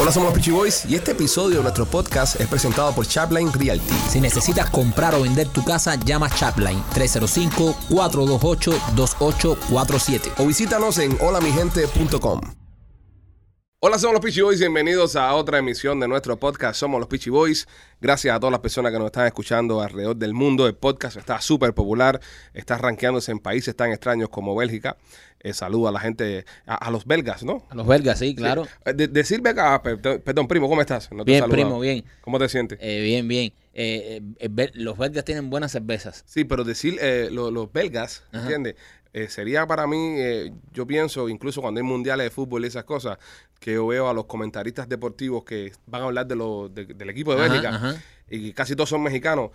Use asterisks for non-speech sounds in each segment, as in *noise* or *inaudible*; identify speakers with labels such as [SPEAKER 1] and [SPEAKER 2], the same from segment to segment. [SPEAKER 1] Hola, somos los Peachy Boys y este episodio de nuestro podcast es presentado por Chapline Realty.
[SPEAKER 2] Si necesitas comprar o vender tu casa, llama Chapline 305-428-2847.
[SPEAKER 1] O visítanos en holamigente.com. Hola, somos los Peachy Boys. Bienvenidos a otra emisión de nuestro podcast. Somos los Peachy Boys. Gracias a todas las personas que nos están escuchando alrededor del mundo. El podcast está súper popular. Está rankeándose en países tan extraños como Bélgica. Eh, saludo a la gente, a, a los belgas, ¿no?
[SPEAKER 2] A los belgas, sí, claro.
[SPEAKER 1] Eh, de- decir belga, per- perdón, primo, ¿cómo estás? No te he
[SPEAKER 2] Bien,
[SPEAKER 1] saludado.
[SPEAKER 2] primo, bien.
[SPEAKER 1] ¿Cómo te sientes?
[SPEAKER 2] Eh, bien, bien. Eh, eh, eh, bel- los belgas tienen buenas cervezas.
[SPEAKER 1] Sí, pero decir eh, lo- los belgas, ¿entiendes? Eh, sería para mí, eh, yo pienso, incluso cuando hay mundiales de fútbol y esas cosas, que yo veo a los comentaristas deportivos que van a hablar de los- de- del equipo de
[SPEAKER 2] Ajá,
[SPEAKER 1] Bélgica
[SPEAKER 2] ajá.
[SPEAKER 1] y casi todos son mexicanos,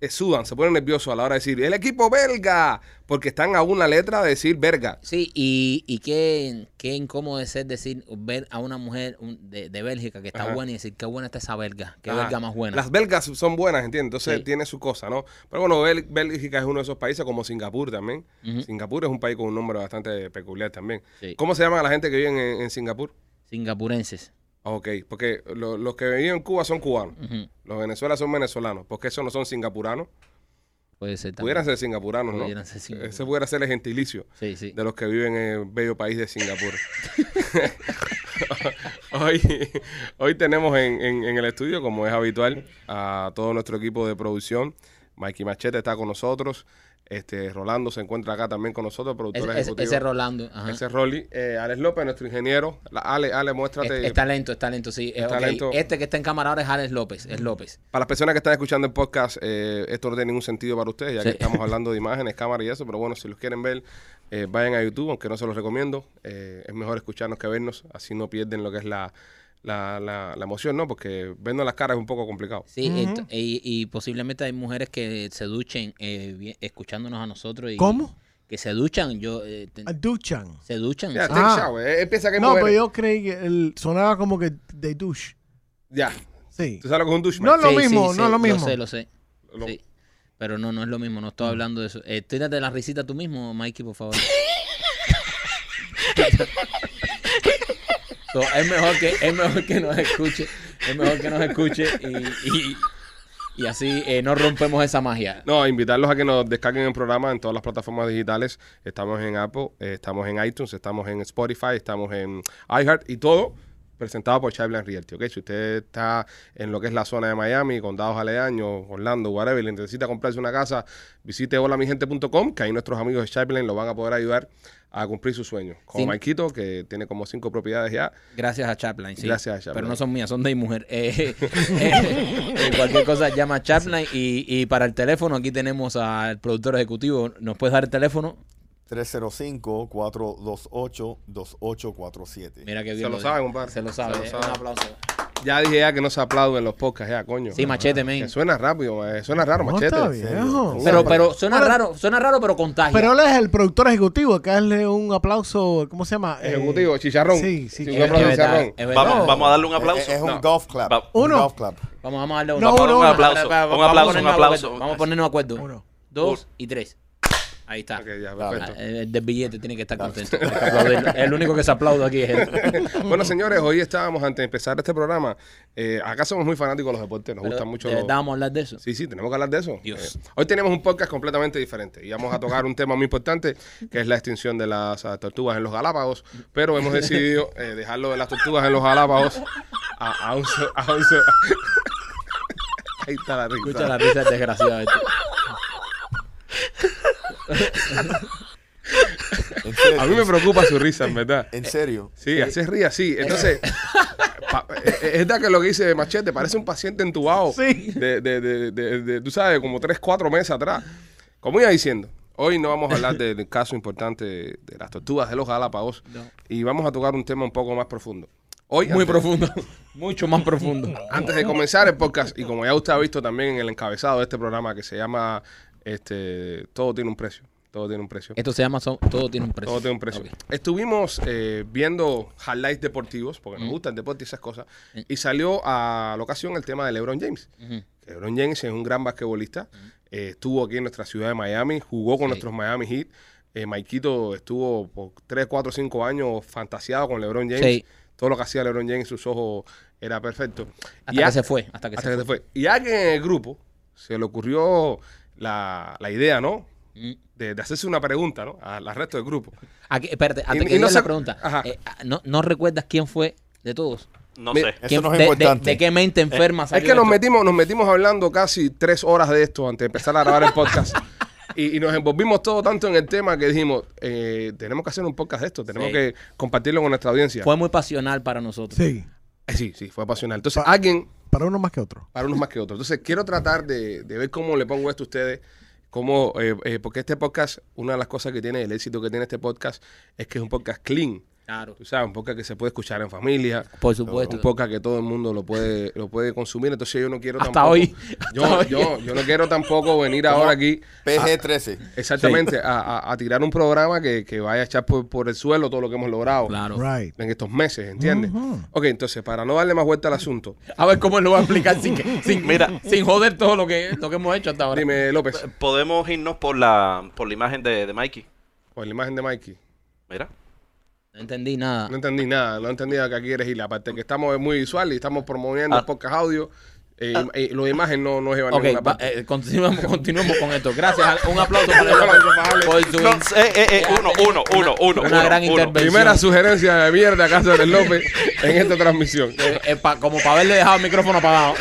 [SPEAKER 1] eh, sudan, se ponen nerviosos a la hora de decir el equipo belga, porque están a una letra de decir verga.
[SPEAKER 2] Sí, y, y qué, qué incómodo es ser decir, ver a una mujer un- de, de Bélgica que está
[SPEAKER 1] Ajá.
[SPEAKER 2] buena y decir, qué buena está esa belga, qué
[SPEAKER 1] Ajá.
[SPEAKER 2] belga más buena.
[SPEAKER 1] Las belgas son buenas, ¿entiendes? Entonces
[SPEAKER 2] Sí.
[SPEAKER 1] tiene su cosa, ¿no? Pero bueno, Bel- Bélgica es uno de esos países como Singapur también. Singapur es un país con un nombre bastante peculiar también.
[SPEAKER 2] Sí.
[SPEAKER 1] ¿Cómo se llama la gente que vive en- en Singapur? Ah,
[SPEAKER 2] Singapurenses.
[SPEAKER 1] Ok, porque lo- los que viven en Cuba son cubanos.
[SPEAKER 2] Ujú.
[SPEAKER 1] Los venezolanos son venezolanos. Porque esos no son singapuranos.
[SPEAKER 2] Puede ser también.
[SPEAKER 1] Pudieran ser singapuranos, ¿no?
[SPEAKER 2] Pudieran ser singapuranos.
[SPEAKER 1] Ese pudiera ser el gentilicio
[SPEAKER 2] Sí, sí.
[SPEAKER 1] de los que viven en el bello país de
[SPEAKER 2] *laughs*
[SPEAKER 1] Singapur. hoy, hoy tenemos en, en- en el estudio, como es habitual, a todo nuestro equipo de producción. Mikey Machete está con nosotros. Este, Rolando se encuentra acá también con nosotros, productor
[SPEAKER 2] Ese, ese-
[SPEAKER 1] ejecutivo.
[SPEAKER 2] ese Rolando. ajá.
[SPEAKER 1] Ese es Rolly. Eh, Alex López, nuestro ingeniero. La- Ale, Ale, muéstrate.
[SPEAKER 2] Es, es talento, es talento, sí. Eh,
[SPEAKER 1] Es
[SPEAKER 2] ok,
[SPEAKER 1] talento.
[SPEAKER 2] Este que está en cámara ahora es Alex López, es López.
[SPEAKER 1] Para las personas que están escuchando el podcast, eh, esto no tiene ningún sentido para ustedes, ya que
[SPEAKER 2] Sí.
[SPEAKER 3] *laughs*
[SPEAKER 1] estamos hablando de imágenes, cámara y eso, pero bueno, si los quieren ver, eh, vayan a YouTube, aunque no se los recomiendo. eh, es mejor escucharnos que vernos, así no pierden lo que es la, la, la- la emoción, ¿no? Porque vernos las caras es un poco complicado.
[SPEAKER 2] Sí, ent- y, y posiblemente hay mujeres que se duchen eh, vi- escuchándonos a nosotros. Y,
[SPEAKER 3] ¿Cómo?
[SPEAKER 2] Que se duchan, yo... eh, te-
[SPEAKER 3] A Duchan.
[SPEAKER 2] se duchan.
[SPEAKER 1] Ya,
[SPEAKER 2] sí.
[SPEAKER 1] take
[SPEAKER 3] Ah.
[SPEAKER 1] shower, eh, empieza que
[SPEAKER 3] No,
[SPEAKER 1] mover.
[SPEAKER 3] pero yo creí que el- sonaba como que de douche.
[SPEAKER 1] Ya,
[SPEAKER 3] Sí.
[SPEAKER 1] ¿tú sabes lo que es un douche?
[SPEAKER 3] No,
[SPEAKER 1] man?
[SPEAKER 3] es lo mismo, no es lo
[SPEAKER 2] Lo
[SPEAKER 3] mismo.
[SPEAKER 2] sé, lo sé.
[SPEAKER 1] Lo-
[SPEAKER 2] sí. Pero no, no es lo mismo, no estoy hablando de eso. Eh, tírate la risita tú mismo, Mikey, por favor. So, es, mejor que, es mejor que nos escuche, es mejor que nos escuche y, y- y así eh, no rompemos esa magia.
[SPEAKER 1] No, invitarlos a que nos descarguen el programa en todas las plataformas digitales. Estamos en Apple, eh, estamos en iTunes, estamos en Spotify, estamos en iHeart y todo presentado por Chapline Realty. ¿ok? Si usted está en lo que es la zona de Miami, condados aledaños, Orlando, whatever, y necesita comprarse una casa, visite holamigente.com, que ahí nuestros amigos de Chaplin lo van a poder ayudar a cumplir sus sueños. Como
[SPEAKER 2] Sí.
[SPEAKER 1] Marquito, que tiene como cinco propiedades ya.
[SPEAKER 2] Gracias a Chaplin, sí.
[SPEAKER 1] Gracias a Chapline.
[SPEAKER 2] Pero no son mías, son de mi mujer. Eh, eh, eh, cualquier cosa llama a Chaplin y, y para el teléfono aquí tenemos al productor ejecutivo. ¿Nos puedes dar el teléfono?
[SPEAKER 4] 305-428-2847.
[SPEAKER 5] Eh,
[SPEAKER 2] Mira que
[SPEAKER 1] Se
[SPEAKER 2] bien.
[SPEAKER 1] lo
[SPEAKER 2] dijo.
[SPEAKER 1] sabe, compadre.
[SPEAKER 2] Se lo sabe.
[SPEAKER 1] Se lo
[SPEAKER 2] eh.
[SPEAKER 1] sabe.
[SPEAKER 2] Un aplauso.
[SPEAKER 1] Ya dije ya que no se aplauden los podcasts, ya, coño.
[SPEAKER 2] Sí, machete, men.
[SPEAKER 1] Que suena rápido, eh, suena raro,
[SPEAKER 3] No,
[SPEAKER 1] machete.
[SPEAKER 3] está viejo.
[SPEAKER 2] Uh, Pero, pero suena raro, suena raro, pero contagia.
[SPEAKER 3] Pero él es el productor ejecutivo. Acá darle un aplauso. ¿Cómo se llama? Eh,
[SPEAKER 1] Ejecutivo, chicharrón.
[SPEAKER 3] Sí, sí. eh,
[SPEAKER 1] Sí,
[SPEAKER 2] es,
[SPEAKER 1] un aplauso,
[SPEAKER 2] es verdad,
[SPEAKER 1] Chicharrón.
[SPEAKER 2] es verdad. Eh,
[SPEAKER 5] Vamos,
[SPEAKER 2] Vamos,
[SPEAKER 5] vamos a darle eh, un aplauso.
[SPEAKER 4] Es, es un
[SPEAKER 5] No.
[SPEAKER 4] golf clap.
[SPEAKER 5] Va-
[SPEAKER 4] Un
[SPEAKER 3] Uno.
[SPEAKER 4] golf clap.
[SPEAKER 2] vamos a darle un,
[SPEAKER 3] No,
[SPEAKER 2] vamos a
[SPEAKER 3] uno,
[SPEAKER 2] darle
[SPEAKER 3] un
[SPEAKER 5] aplauso,
[SPEAKER 2] vamos a
[SPEAKER 5] un
[SPEAKER 2] ponernos
[SPEAKER 5] aplauso, un acuerdo.
[SPEAKER 2] acuerdo. Vamos a ponernos de acuerdo.
[SPEAKER 3] Uno.
[SPEAKER 2] Dos y tres. Ahí está.
[SPEAKER 1] Ok, ya,
[SPEAKER 4] Dale.
[SPEAKER 2] Ah,
[SPEAKER 1] perfecto.
[SPEAKER 2] El del billete tiene que estar contento. Hay que aplaudirlo. El único que se aplaude aquí es él.
[SPEAKER 1] *laughs* bueno, señores, hoy estábamos, antes de empezar este programa, eh, acá somos muy fanáticos de los deportes, nos gustan mucho
[SPEAKER 2] De
[SPEAKER 1] los...
[SPEAKER 2] verdad vamos a hablar de eso.
[SPEAKER 1] Sí, sí, tenemos que hablar de eso.
[SPEAKER 2] Dios.
[SPEAKER 1] Eh, hoy tenemos un podcast completamente diferente y vamos a tocar un tema muy importante, que es la extinción de las ah, tortugas en los Galápagos, pero hemos decidido eh, dejarlo de las tortugas en los Galápagos a, a un... so- a un so- *laughs* Ahí está la risa.
[SPEAKER 2] Escucha la risa del desgraciado.
[SPEAKER 1] *laughs*
[SPEAKER 2] este.
[SPEAKER 4] En serio.
[SPEAKER 1] A
[SPEAKER 5] Ah.
[SPEAKER 1] mí me preocupa su risa, en verdad.
[SPEAKER 4] En serio.
[SPEAKER 2] Eh,
[SPEAKER 1] Sí, así es ría, sí. Entonces, pa- eh, eh, es verdad que lo que dice Machete parece un paciente entubado.
[SPEAKER 3] Sí.
[SPEAKER 1] De, de- de- de- de- tú sabes, como tres, cuatro meses atrás. Como iba diciendo, hoy no vamos a hablar de-
[SPEAKER 2] *laughs*
[SPEAKER 1] del caso importante de las tortugas de los Galápagos. Y vamos a tocar un tema un poco más profundo. Hoy,
[SPEAKER 2] Muy
[SPEAKER 1] antes-
[SPEAKER 2] profundo. Mucho más profundo.
[SPEAKER 1] *laughs* Antes de comenzar el podcast, y como ya usted ha visto también en el encabezado de este programa que se llama este, Todo tiene un precio. Todo tiene un precio.
[SPEAKER 2] Esto se llama son- Todo tiene un precio.
[SPEAKER 1] Todo tiene un precio.
[SPEAKER 2] Ok.
[SPEAKER 1] Estuvimos eh, viendo highlights deportivos, porque nos gusta el deporte y esas cosas, y salió a la ocasión el tema de LeBron James.
[SPEAKER 2] Ujú.
[SPEAKER 1] LeBron James es un gran basquetbolista, eh, estuvo aquí en nuestra ciudad de Miami, jugó con
[SPEAKER 2] Sí.
[SPEAKER 1] nuestros Miami Heat. Eh, Maikito estuvo por 3, 4, 5 años fantaseado con LeBron James.
[SPEAKER 2] Sí.
[SPEAKER 1] todo lo que hacía LeBron James, sus ojos era perfecto.
[SPEAKER 2] Hasta
[SPEAKER 1] a-
[SPEAKER 2] que se fue. Hasta que
[SPEAKER 1] hasta
[SPEAKER 2] se
[SPEAKER 1] que se
[SPEAKER 2] fue.
[SPEAKER 1] fue. Y a alguien en el grupo se le ocurrió la, la idea, ¿no?
[SPEAKER 2] Mm.
[SPEAKER 1] De, de hacerse una pregunta, ¿no? Al al resto del grupo.
[SPEAKER 2] Aquí- espérate, antes
[SPEAKER 1] Y-
[SPEAKER 2] que
[SPEAKER 1] y no
[SPEAKER 2] digas la
[SPEAKER 1] se-
[SPEAKER 2] pregunta.
[SPEAKER 1] Ajá.
[SPEAKER 2] eh, ah, no, ¿No recuerdas quién fue de todos?
[SPEAKER 4] No
[SPEAKER 1] Mi-
[SPEAKER 4] sé.
[SPEAKER 2] ¿Quién-
[SPEAKER 5] Eso no
[SPEAKER 2] de-
[SPEAKER 5] es
[SPEAKER 2] de-
[SPEAKER 5] importante.
[SPEAKER 2] De, qué mente enferma
[SPEAKER 1] Eh, Es
[SPEAKER 2] salió
[SPEAKER 1] que nos
[SPEAKER 2] esto?
[SPEAKER 1] metimos, nos metimos hablando casi tres horas de esto antes de empezar a grabar el
[SPEAKER 2] *laughs*
[SPEAKER 1] podcast. Y, y nos envolvimos todo tanto en el tema que dijimos, eh, tenemos que hacer un podcast de esto, tenemos
[SPEAKER 2] Sí.
[SPEAKER 1] que compartirlo con nuestra audiencia.
[SPEAKER 2] Fue muy pasional para nosotros.
[SPEAKER 3] Sí,
[SPEAKER 1] Eh, sí, sí, fue apasionante. Entonces,
[SPEAKER 3] Pa-
[SPEAKER 1] alguien
[SPEAKER 3] para uno más que otro.
[SPEAKER 1] para unos más que otros. Entonces, quiero tratar de, de ver cómo le pongo esto a ustedes. Cómo, eh, eh, porque este podcast, una de las cosas que tiene, el éxito que tiene este podcast, es que es un podcast clean.
[SPEAKER 2] Claro.
[SPEAKER 1] Tú sabes, un podcast que se puede escuchar en familia.
[SPEAKER 2] Por supuesto.
[SPEAKER 1] Un podcast que todo el mundo lo puede, lo puede consumir. Entonces yo no quiero
[SPEAKER 2] Hasta
[SPEAKER 1] tampoco.
[SPEAKER 2] hoy.
[SPEAKER 1] *laughs* Yo,
[SPEAKER 2] Hasta hoy.
[SPEAKER 1] yo, yo no quiero tampoco venir ahora aquí.
[SPEAKER 5] PG-13.
[SPEAKER 1] Exactamente, a, a- a tirar un programa que, que vaya a echar por, por el suelo todo lo que hemos logrado
[SPEAKER 2] Claro.
[SPEAKER 3] Right.
[SPEAKER 1] en estos meses, ¿entiendes?
[SPEAKER 3] Ujú.
[SPEAKER 1] Ok, entonces, para no darle más vuelta al asunto,
[SPEAKER 2] A ver cómo lo va a explicar sin,
[SPEAKER 1] *laughs*
[SPEAKER 2] que- sin, Mira. sin joder todo lo que, lo que hemos hecho hasta ahora. eh,
[SPEAKER 1] dime, López,
[SPEAKER 4] Podemos irnos por la, por la imagen de, de Mikey.
[SPEAKER 1] por la imagen de Mikey.
[SPEAKER 4] Mira.
[SPEAKER 2] No entendí nada.
[SPEAKER 1] No entendí nada, no entendí a qué quieres ir. Aparte que estamos muy visuales y estamos promoviendo
[SPEAKER 4] Ah.
[SPEAKER 1] el podcast audio. Eh, y lo de imagen no, no lleva a
[SPEAKER 2] Ah. Ok,
[SPEAKER 1] ninguna
[SPEAKER 2] va-
[SPEAKER 1] parte.
[SPEAKER 2] eh, continuamos, continuamos con esto.
[SPEAKER 1] *laughs*
[SPEAKER 2] Gracias. Un aplauso para
[SPEAKER 1] Un aplauso para
[SPEAKER 2] el
[SPEAKER 1] Alex.
[SPEAKER 2] por su-
[SPEAKER 4] No, eh, eh, eh, uno, uno, uno, uno.
[SPEAKER 2] una
[SPEAKER 4] uno,
[SPEAKER 2] gran
[SPEAKER 4] uno.
[SPEAKER 2] intervención.
[SPEAKER 1] Primera sugerencia de mierda, Cáceres López, en esta transmisión.
[SPEAKER 2] eh, eh, pa- como para haberle dejado el micrófono apagado.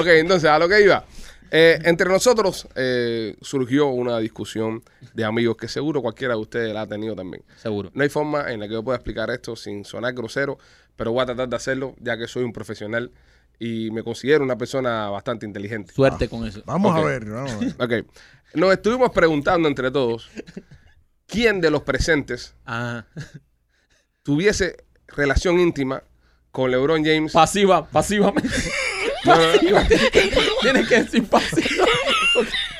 [SPEAKER 1] Ok, entonces a lo que iba. Eh, entre nosotros eh, surgió una discusión de amigos que seguro cualquiera de ustedes la ha tenido también.
[SPEAKER 2] Seguro.
[SPEAKER 1] No hay forma en la que yo pueda explicar esto sin sonar grosero, pero voy a tratar de hacerlo ya que soy un profesional y me considero una persona bastante inteligente.
[SPEAKER 2] Suerte con eso.
[SPEAKER 3] Vamos
[SPEAKER 1] Ok.
[SPEAKER 3] a ver, vamos a ver.
[SPEAKER 1] Ok, nos estuvimos preguntando entre todos quién de los presentes
[SPEAKER 2] Ah.
[SPEAKER 1] tuviese relación íntima con LeBron James.
[SPEAKER 2] Pasiva,
[SPEAKER 1] *laughs*
[SPEAKER 2] pasivamente.
[SPEAKER 1] No, no, no.
[SPEAKER 2] Pasiva. Tienes que decir pasiva.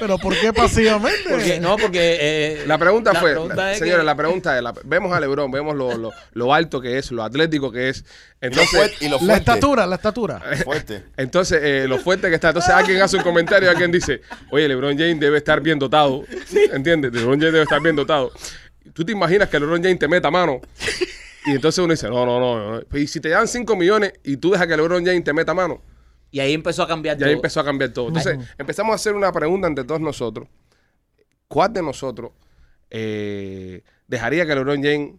[SPEAKER 3] Pero ¿por qué pasivamente?
[SPEAKER 2] Porque, no, porque. eh,
[SPEAKER 1] La pregunta fue,
[SPEAKER 2] pregunta es que-
[SPEAKER 1] señores, la pregunta es, la- vemos a Lebron, vemos lo, lo- lo alto que es, lo atlético que es,
[SPEAKER 5] Y lo
[SPEAKER 1] entonces,
[SPEAKER 5] fuerte. Y lo
[SPEAKER 3] La
[SPEAKER 5] fuerte.
[SPEAKER 3] estatura, la estatura.
[SPEAKER 5] *laughs* Fuerte.
[SPEAKER 1] entonces eh, lo fuerte que está. Entonces alguien hace un comentario, alguien dice, oye, Lebron James debe estar bien dotado, ¿entiendes? Lebron James debe estar bien dotado. ¿Tú te imaginas que Lebron James te meta mano? Y entonces uno dice, no, no, no, no. Y si te dan 5 millones y tú dejas que Lebron James te meta mano,
[SPEAKER 2] Y ahí empezó a cambiar
[SPEAKER 1] ya ahí
[SPEAKER 2] todo.
[SPEAKER 1] empezó a cambiar todo. Entonces empezamos a hacer una pregunta entre todos nosotros. ¿Cuál de nosotros eh, dejaría que LeBron James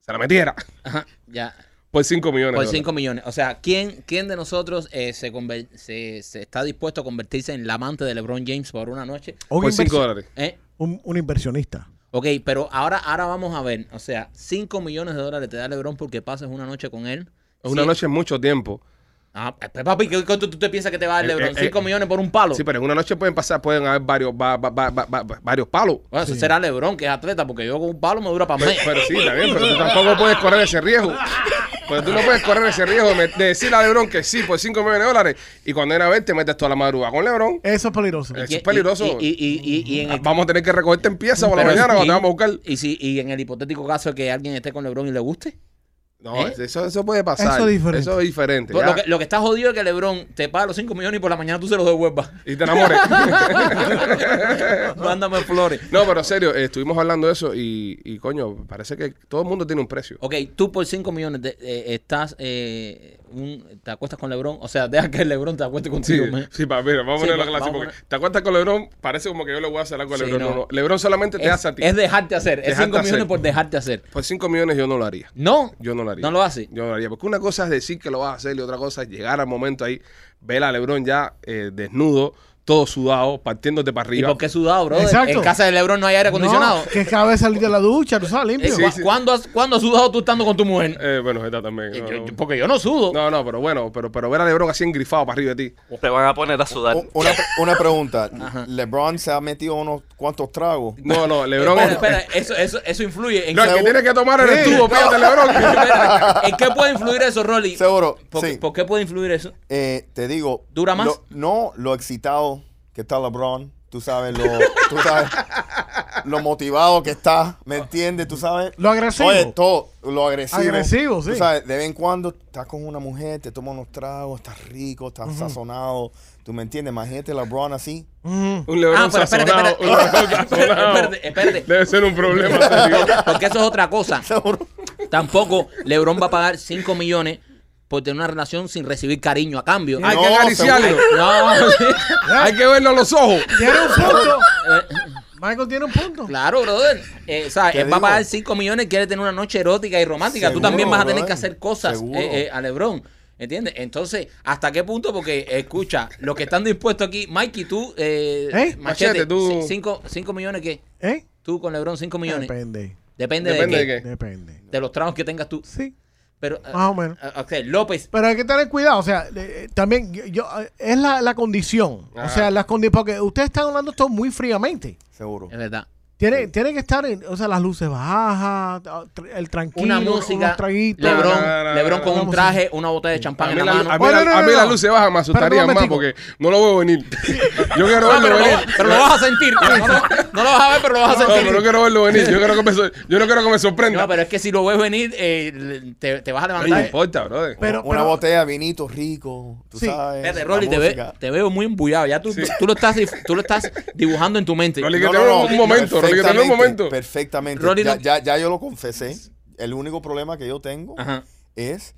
[SPEAKER 1] se la metiera *laughs*
[SPEAKER 2] Ajá, ya.
[SPEAKER 1] por 5 millones?
[SPEAKER 2] Por
[SPEAKER 1] de
[SPEAKER 2] 5 millones. O sea, ¿quién, quién de nosotros eh, se, conver- se, se está dispuesto a convertirse en la amante de LeBron James por una noche?
[SPEAKER 1] dólares? Por
[SPEAKER 3] inversi-
[SPEAKER 1] 5 dólares.
[SPEAKER 2] ¿Eh?
[SPEAKER 3] un, un inversionista.
[SPEAKER 2] Ok, pero ahora, ahora vamos a ver. O sea, 5 millones de dólares te da LeBron porque pases una noche con él.
[SPEAKER 1] Es una
[SPEAKER 2] Sí.
[SPEAKER 1] noche es mucho tiempo.
[SPEAKER 2] Ah, pues, papi, ¿qué- ¿cuánto tú te piensas que te va a dar
[SPEAKER 1] Eh,
[SPEAKER 2] LeBron?
[SPEAKER 1] eh,
[SPEAKER 2] 5
[SPEAKER 1] eh.
[SPEAKER 2] millones por un palo.
[SPEAKER 1] Sí, pero en una noche pueden pasar, pueden haber varios, va- va- va- va- va- va- varios palos.
[SPEAKER 2] Bueno, eso será LeBron, que es atleta, porque yo con un palo me dura para mí.
[SPEAKER 1] Pero, pero sí, también, pero tú tampoco puedes correr ese riesgo. Pero tú no puedes correr ese riesgo de met- de decirle a LeBron que sí por 5 millones de dólares y cuando viene a ver te metes toda la madrugada con LeBron.
[SPEAKER 3] Eso es peligroso.
[SPEAKER 1] Eh, eso es peligroso.
[SPEAKER 2] *laughs* Y, y- y- y- y en el,
[SPEAKER 1] Vamos a tener que recogerte en piezas por la
[SPEAKER 2] pero-
[SPEAKER 1] mañana cuando
[SPEAKER 2] y-
[SPEAKER 1] te vamos a buscar.
[SPEAKER 2] Y, si, y en el hipotético caso de que alguien esté con LeBron y le guste.
[SPEAKER 1] No,
[SPEAKER 2] ¿Eh?
[SPEAKER 1] eso, eso puede pasar.
[SPEAKER 3] Eso es diferente.
[SPEAKER 1] Eso es diferente,
[SPEAKER 2] Lo,
[SPEAKER 1] ya.
[SPEAKER 2] Pues lo que, lo que está jodido es que LeBron te paga los 5 millones y por la mañana tú se
[SPEAKER 1] *laughs*
[SPEAKER 2] los devuelvas.
[SPEAKER 1] Y te
[SPEAKER 2] *laughs*
[SPEAKER 1] enamores.
[SPEAKER 2] Mándame flores.
[SPEAKER 1] no, pero en serio, eh, estuvimos hablando de eso y, y, coño, parece que todo el mundo tiene un precio.
[SPEAKER 2] Ok, tú por 5 millones de- eh, estás, eh, un- te acuestas con LeBron. O sea, deja que LeBron te acueste
[SPEAKER 1] Sí,
[SPEAKER 2] contigo. man.
[SPEAKER 1] sí, pa, mira, vamos
[SPEAKER 2] Sí,
[SPEAKER 1] a ponerlo
[SPEAKER 2] va-
[SPEAKER 1] clásico.
[SPEAKER 2] vamos a
[SPEAKER 1] porque ¿Te acuerdas con Lebron? Parece como que yo le voy a hacer algo a
[SPEAKER 2] Sí,
[SPEAKER 1] Lebron.
[SPEAKER 2] no.
[SPEAKER 1] No, no. Lebron solamente te
[SPEAKER 2] Es-
[SPEAKER 1] hace a ti.
[SPEAKER 2] es dejarte hacer. Es
[SPEAKER 1] Dejarte
[SPEAKER 2] 5 millones
[SPEAKER 1] hacer.
[SPEAKER 2] por dejarte hacer.
[SPEAKER 1] Por 5 millones yo no lo haría.
[SPEAKER 2] No.
[SPEAKER 1] Yo no lo haría.
[SPEAKER 2] No lo hace.
[SPEAKER 1] Yo no lo haría. Porque una cosa es decir que lo vas a hacer y otra cosa es llegar al momento ahí, ver a Lebron ya eh, desnudo, todo sudado, partiéndote para
[SPEAKER 2] ¿Y
[SPEAKER 1] arriba.
[SPEAKER 2] por qué sudado, bro?
[SPEAKER 3] Exacto.
[SPEAKER 2] En casa de LeBron no hay aire acondicionado.
[SPEAKER 3] No, que cabe salir de la ducha, tú sabes,
[SPEAKER 2] Eh,
[SPEAKER 3] limpio.
[SPEAKER 2] ¿cu- ¿cuándo, has, cuándo has sudado tú estando con tu mujer?
[SPEAKER 1] Eh, bueno, está también.
[SPEAKER 2] Eh,
[SPEAKER 1] no,
[SPEAKER 2] yo-
[SPEAKER 1] no.
[SPEAKER 2] yo- porque yo no sudo.
[SPEAKER 1] No, no, pero bueno, pero, pero ver a Lebron así engrifado para arriba de ti.
[SPEAKER 4] Te van a poner a sudar.
[SPEAKER 5] U- Una, una pregunta. LeBron se ha metido unos cuantos tragos.
[SPEAKER 1] No,
[SPEAKER 2] *laughs*
[SPEAKER 1] no, Lebron.
[SPEAKER 2] Espera, espera, eso, eso, eso influye en
[SPEAKER 1] No, el que
[SPEAKER 5] Seguro.
[SPEAKER 1] tiene que tomar eres
[SPEAKER 5] Sí.
[SPEAKER 1] tú, espérate, Lebron.
[SPEAKER 2] *laughs* Espera, ¿En qué puede influir eso, Rolly?
[SPEAKER 5] Seguro.
[SPEAKER 2] ¿Por,
[SPEAKER 5] sí.
[SPEAKER 2] por qué puede influir eso?
[SPEAKER 5] Eh, te digo.
[SPEAKER 2] ¿Dura más?
[SPEAKER 5] lo- no, lo excitado que está LeBron. Tú sabes lo, tú sabes lo motivado que está. ¿Me entiendes? Tú sabes.
[SPEAKER 3] Lo agresivo.
[SPEAKER 5] Oye, todo. Lo agresivo.
[SPEAKER 3] Agresivo, sí.
[SPEAKER 5] Tú sabes, de vez en cuando estás con una mujer, te tomas unos tragos, estás rico, estás sazonado. ¿Tú me entiendes? Imagínate LeBron así.
[SPEAKER 3] Ujú.
[SPEAKER 1] Un Lebron
[SPEAKER 2] Ah, pero espérate,
[SPEAKER 1] sazonado,
[SPEAKER 2] espérate.
[SPEAKER 1] un Lebron *laughs*
[SPEAKER 2] Espérate,
[SPEAKER 1] sazonado.
[SPEAKER 2] espérate, espérate.
[SPEAKER 1] Debe ser un problema serio.
[SPEAKER 2] Porque eso es otra cosa.
[SPEAKER 5] *laughs* Seguro.
[SPEAKER 2] Tampoco LeBron va a pagar 5 millones por tener una relación sin recibir cariño a cambio.
[SPEAKER 1] Hay
[SPEAKER 5] No,
[SPEAKER 1] que acariciarlo.
[SPEAKER 5] seguro.
[SPEAKER 2] No, sí.
[SPEAKER 1] Hay que verlo a los ojos.
[SPEAKER 3] Tiene un
[SPEAKER 1] *laughs*
[SPEAKER 3] punto. Michael tiene un punto.
[SPEAKER 2] claro, brother. Eh, o sea,
[SPEAKER 5] ¿Qué
[SPEAKER 2] él va a
[SPEAKER 5] digo?
[SPEAKER 2] pagar 5 millones, quiere tener una noche erótica y romántica. Tú
[SPEAKER 5] Seguro,
[SPEAKER 2] también vas a tener
[SPEAKER 5] brother.
[SPEAKER 2] que hacer cosas
[SPEAKER 5] Seguro.
[SPEAKER 2] eh, eh, a LeBron. ¿Entiendes? Entonces, ¿hasta qué punto? Porque, escucha, los que están dispuestos aquí, Mikey, tú, eh,
[SPEAKER 3] ¿Eh?
[SPEAKER 1] Machete, tú-
[SPEAKER 2] 5 millones, ¿qué?
[SPEAKER 3] ¿Eh?
[SPEAKER 2] Tú con LeBron 5 millones.
[SPEAKER 3] Depende.
[SPEAKER 2] Depende,
[SPEAKER 1] Depende de
[SPEAKER 2] de, qué.
[SPEAKER 1] qué. Ah.
[SPEAKER 3] Depende.
[SPEAKER 2] de los tragos que tengas tú.
[SPEAKER 3] Sí,
[SPEAKER 2] Pero, eh,
[SPEAKER 3] más o menos.
[SPEAKER 2] eh, ok, López,
[SPEAKER 3] Pero hay que tener cuidado, o sea, eh, eh, también yo, yo, eh, es la, la condición. O
[SPEAKER 1] Ajá.
[SPEAKER 3] sea, las condi- porque ustedes están hablando esto muy fríamente.
[SPEAKER 5] Seguro.
[SPEAKER 2] es verdad.
[SPEAKER 3] Tiene, tiene que estar, en- o sea, las luces bajas, tr- el tranquilo,
[SPEAKER 2] Una
[SPEAKER 3] unos
[SPEAKER 2] música,
[SPEAKER 3] traguitos.
[SPEAKER 2] Lebron,
[SPEAKER 1] No, no, no,
[SPEAKER 2] Lebron
[SPEAKER 1] no,
[SPEAKER 2] con
[SPEAKER 3] no,
[SPEAKER 2] un
[SPEAKER 3] no,
[SPEAKER 2] traje, una botella de
[SPEAKER 1] A
[SPEAKER 2] champán
[SPEAKER 1] mí,
[SPEAKER 2] en la
[SPEAKER 1] la,
[SPEAKER 2] mano.
[SPEAKER 1] a mí
[SPEAKER 3] No,
[SPEAKER 1] la-
[SPEAKER 3] no, no,
[SPEAKER 1] a mí
[SPEAKER 3] no.
[SPEAKER 1] la luz se baja, me asustaría más
[SPEAKER 3] momentico.
[SPEAKER 1] porque no lo veo venir. *laughs* Yo quiero
[SPEAKER 2] No,
[SPEAKER 1] verlo
[SPEAKER 2] pero, lo,
[SPEAKER 1] venir.
[SPEAKER 2] vas- pero lo vas a sentir. No, no,
[SPEAKER 1] *laughs*
[SPEAKER 2] no lo vas a ver, pero lo vas a
[SPEAKER 1] No,
[SPEAKER 2] sentir.
[SPEAKER 1] pero no quiero verlo venir. Yo, quiero que me sor- yo no quiero que me sorprenda.
[SPEAKER 2] *laughs* No, pero es que si lo ves venir, eh, le- te, te vas a
[SPEAKER 1] Ay, no
[SPEAKER 2] levantar.
[SPEAKER 1] importa, brother.
[SPEAKER 3] Pero,
[SPEAKER 5] Una
[SPEAKER 3] pero-
[SPEAKER 5] botella de vinito rico, tú
[SPEAKER 3] Sí.
[SPEAKER 5] sabes.
[SPEAKER 2] Espérate,
[SPEAKER 5] la
[SPEAKER 2] Rolly, te, ve-
[SPEAKER 5] música.
[SPEAKER 2] te veo muy embullado. Ya tú,
[SPEAKER 1] Sí.
[SPEAKER 2] tú, lo estás, dif- tú lo
[SPEAKER 5] *laughs*
[SPEAKER 2] estás dibujando en tu mente.
[SPEAKER 1] No le- que tener un momento, Rolly, que tener un
[SPEAKER 5] perfectamente,
[SPEAKER 1] momento.
[SPEAKER 5] Perfectamente.
[SPEAKER 2] Rolly,
[SPEAKER 5] ya,
[SPEAKER 2] no-
[SPEAKER 5] ya, ya yo lo confesé. El único problema que yo tengo
[SPEAKER 2] Ajá.
[SPEAKER 5] es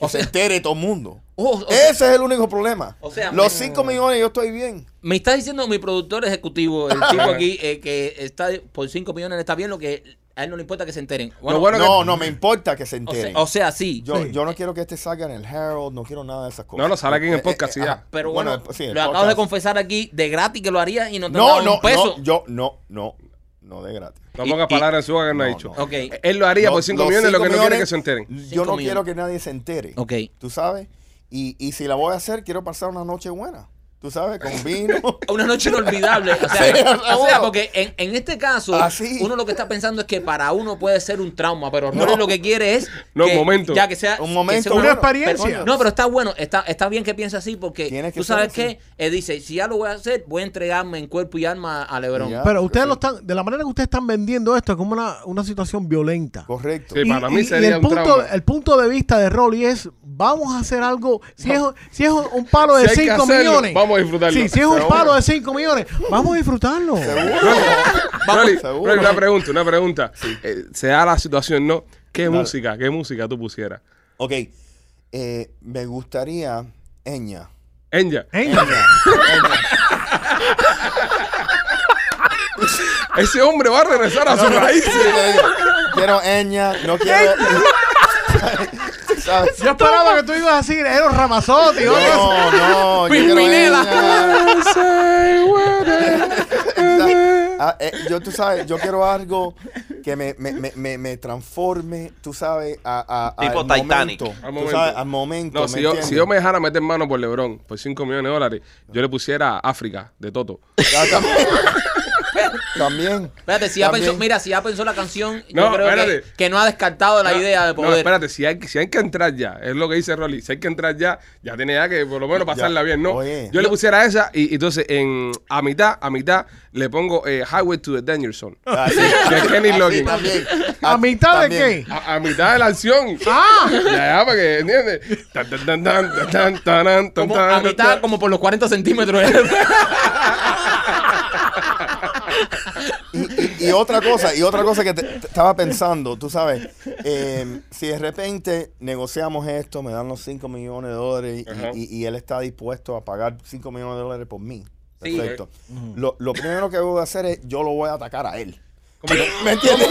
[SPEAKER 5] que
[SPEAKER 2] O sea-
[SPEAKER 5] se entere todo el mundo.
[SPEAKER 2] Oh, o sea,
[SPEAKER 5] Ese es el único problema.
[SPEAKER 2] O sea, mm.
[SPEAKER 5] Los
[SPEAKER 2] me-
[SPEAKER 5] 5 millones yo estoy bien.
[SPEAKER 2] me está diciendo mi productor ejecutivo, el tipo aquí, eh, que está por 5 millones, le está bien lo que a él no le importa que se enteren. Bueno,
[SPEAKER 1] Lo bueno
[SPEAKER 5] no,
[SPEAKER 1] que-
[SPEAKER 5] no, me importa que se
[SPEAKER 2] o,
[SPEAKER 5] enteren.
[SPEAKER 2] sea, o sea, sí.
[SPEAKER 5] yo,
[SPEAKER 3] Sí.
[SPEAKER 5] yo no quiero que este salga en el Herald, no quiero nada de esas cosas.
[SPEAKER 1] No, no, sale aquí en el
[SPEAKER 5] Eh,
[SPEAKER 1] podcast
[SPEAKER 5] eh,
[SPEAKER 1] y ya.
[SPEAKER 5] ajá.
[SPEAKER 2] pero bueno,
[SPEAKER 5] sí, el
[SPEAKER 2] lo acabas de
[SPEAKER 5] podcast.
[SPEAKER 2] confesar aquí de gratis que lo haría y no te han
[SPEAKER 5] No,
[SPEAKER 2] dado
[SPEAKER 5] no,
[SPEAKER 2] un peso.
[SPEAKER 5] no, yo, no, no, no de gratis.
[SPEAKER 1] No
[SPEAKER 2] Y-
[SPEAKER 1] pongas
[SPEAKER 2] y-
[SPEAKER 1] palabras en su boca que él no ha
[SPEAKER 5] No,
[SPEAKER 1] dicho.
[SPEAKER 5] no.
[SPEAKER 2] Ok,
[SPEAKER 1] Él lo haría
[SPEAKER 5] Lo-
[SPEAKER 1] por 5
[SPEAKER 5] los
[SPEAKER 1] millones, lo
[SPEAKER 5] cinco
[SPEAKER 1] que no quiere que
[SPEAKER 5] millones,
[SPEAKER 1] se enteren.
[SPEAKER 5] *laughs* Yo no
[SPEAKER 2] millones.
[SPEAKER 5] quiero que nadie se entere.
[SPEAKER 2] ok.
[SPEAKER 5] ¿Tú sabes? Y, y si la voy a hacer, quiero pasar una noche buena. ¿Tú sabes? Con
[SPEAKER 2] *laughs*
[SPEAKER 5] vino.
[SPEAKER 2] Una noche inolvidable. O sea,
[SPEAKER 5] *laughs* Sí, Ah,
[SPEAKER 2] o sea,
[SPEAKER 5] seguro.
[SPEAKER 2] porque en, en este caso,
[SPEAKER 5] Así.
[SPEAKER 2] uno lo que está pensando es que para uno puede ser un trauma, pero Rolly lo que quiere es.
[SPEAKER 1] No,
[SPEAKER 2] que-
[SPEAKER 1] un momento.
[SPEAKER 2] Ya que sea.
[SPEAKER 5] Un
[SPEAKER 2] que
[SPEAKER 5] momento,
[SPEAKER 2] sea
[SPEAKER 5] una
[SPEAKER 3] experiencia.
[SPEAKER 2] pero- no, pero está bueno, está, está bien que piense así, porque
[SPEAKER 5] Tiene que
[SPEAKER 2] tú sabes
[SPEAKER 5] ser así.
[SPEAKER 2] que eh, dice: si ya lo voy a hacer, voy a entregarme en cuerpo y alma a Lebron.
[SPEAKER 5] Ya.
[SPEAKER 3] pero ustedes
[SPEAKER 5] Sí.
[SPEAKER 3] lo están, de la manera que ustedes están vendiendo esto, es como una, una situación violenta.
[SPEAKER 5] Correcto.
[SPEAKER 1] Sí. para mí sería
[SPEAKER 3] el
[SPEAKER 1] un
[SPEAKER 3] punto,
[SPEAKER 1] trauma.
[SPEAKER 3] El punto de vista de Rolly es, vamos a hacer algo, si, es, si es un palo de
[SPEAKER 1] Si hay que
[SPEAKER 3] 5
[SPEAKER 1] hacerlo,
[SPEAKER 3] millones.
[SPEAKER 1] vamos a disfrutarlo.
[SPEAKER 3] Sí, si es un
[SPEAKER 5] Seguro.
[SPEAKER 3] palo de 5 millones, vamos a disfrutarlo.
[SPEAKER 1] Rolly,
[SPEAKER 5] seguro.
[SPEAKER 1] Rolly, una pregunta, una pregunta. Eh, se da la situación, ¿no? ¿Qué
[SPEAKER 5] Dale.
[SPEAKER 1] música, qué música tú pusieras?
[SPEAKER 5] Ok. Eh, me gustaría Eña.
[SPEAKER 1] Enya,
[SPEAKER 3] Ey,
[SPEAKER 1] ese hombre va a regresar a sus
[SPEAKER 5] *laughs*
[SPEAKER 1] raíces.
[SPEAKER 5] quiero Eña, no quiero. ¿Sabes?
[SPEAKER 3] Yo esperaba que tú ibas a decir, Eros Ramazotti. o algo así.
[SPEAKER 5] No, no, yo quiero
[SPEAKER 2] Pimpinela.
[SPEAKER 5] Enya. Ah, eh, yo, tú sabes, yo quiero algo que me, me, me, me, me transforme, tú sabes, a, a,
[SPEAKER 4] Tipo
[SPEAKER 5] al
[SPEAKER 4] Titanic.
[SPEAKER 5] momento.
[SPEAKER 1] Al
[SPEAKER 5] Al
[SPEAKER 1] momento.
[SPEAKER 5] momento. al momento
[SPEAKER 1] No, si yo,
[SPEAKER 5] entiendes?
[SPEAKER 1] si yo me dejara meter mano por Lebron por 5 millones de dólares, yo le pusiera África de Toto.
[SPEAKER 5] Ah, también.
[SPEAKER 1] *laughs*
[SPEAKER 5] también.
[SPEAKER 2] Espérate, si ya
[SPEAKER 5] También.
[SPEAKER 2] pensó, mira, si ya pensó la canción, yo
[SPEAKER 1] No,
[SPEAKER 2] creo que,
[SPEAKER 1] espérate.
[SPEAKER 2] que no ha descartado la idea de
[SPEAKER 1] No,
[SPEAKER 2] poder.
[SPEAKER 1] espérate, si hay, si hay que entrar ya, es lo que dice Rolly, si hay que entrar ya, ya tiene ya que por lo menos
[SPEAKER 5] Ya.
[SPEAKER 1] pasarla bien, ¿no?
[SPEAKER 5] Oye.
[SPEAKER 1] Yo le pusiera esa y entonces en a mitad, a mitad, le pongo eh, Highway to the Danger Zone.
[SPEAKER 5] Así.
[SPEAKER 1] De Kenny
[SPEAKER 5] Así
[SPEAKER 1] Loggins.
[SPEAKER 5] también.
[SPEAKER 3] ¿A
[SPEAKER 5] Ah,
[SPEAKER 3] mitad de
[SPEAKER 5] también.
[SPEAKER 3] qué?
[SPEAKER 1] A, a mitad de la acción.
[SPEAKER 2] *laughs*
[SPEAKER 1] ¡Ah! Ya, ya, para que, ¿entiendes? Tan, tan, tan, tan, tan, tan, tan, tan,
[SPEAKER 2] como,
[SPEAKER 1] tan,
[SPEAKER 2] a
[SPEAKER 1] tan,
[SPEAKER 2] mitad,
[SPEAKER 1] tan.
[SPEAKER 2] como por los 40 centímetros. ¿eh?
[SPEAKER 5] *laughs* Y, y otra cosa, y otra cosa que te- te estaba pensando, tú sabes, eh, si de repente negociamos esto, me dan los 5 millones de dólares y-
[SPEAKER 1] Ajá.
[SPEAKER 5] y, y él está dispuesto a pagar 5 millones de dólares por mí.
[SPEAKER 2] Sí.
[SPEAKER 5] Perfecto. Lo, lo primero que voy a hacer es, yo lo voy a atacar a él.
[SPEAKER 1] Como que-
[SPEAKER 5] ¿Me entiendes? *laughs*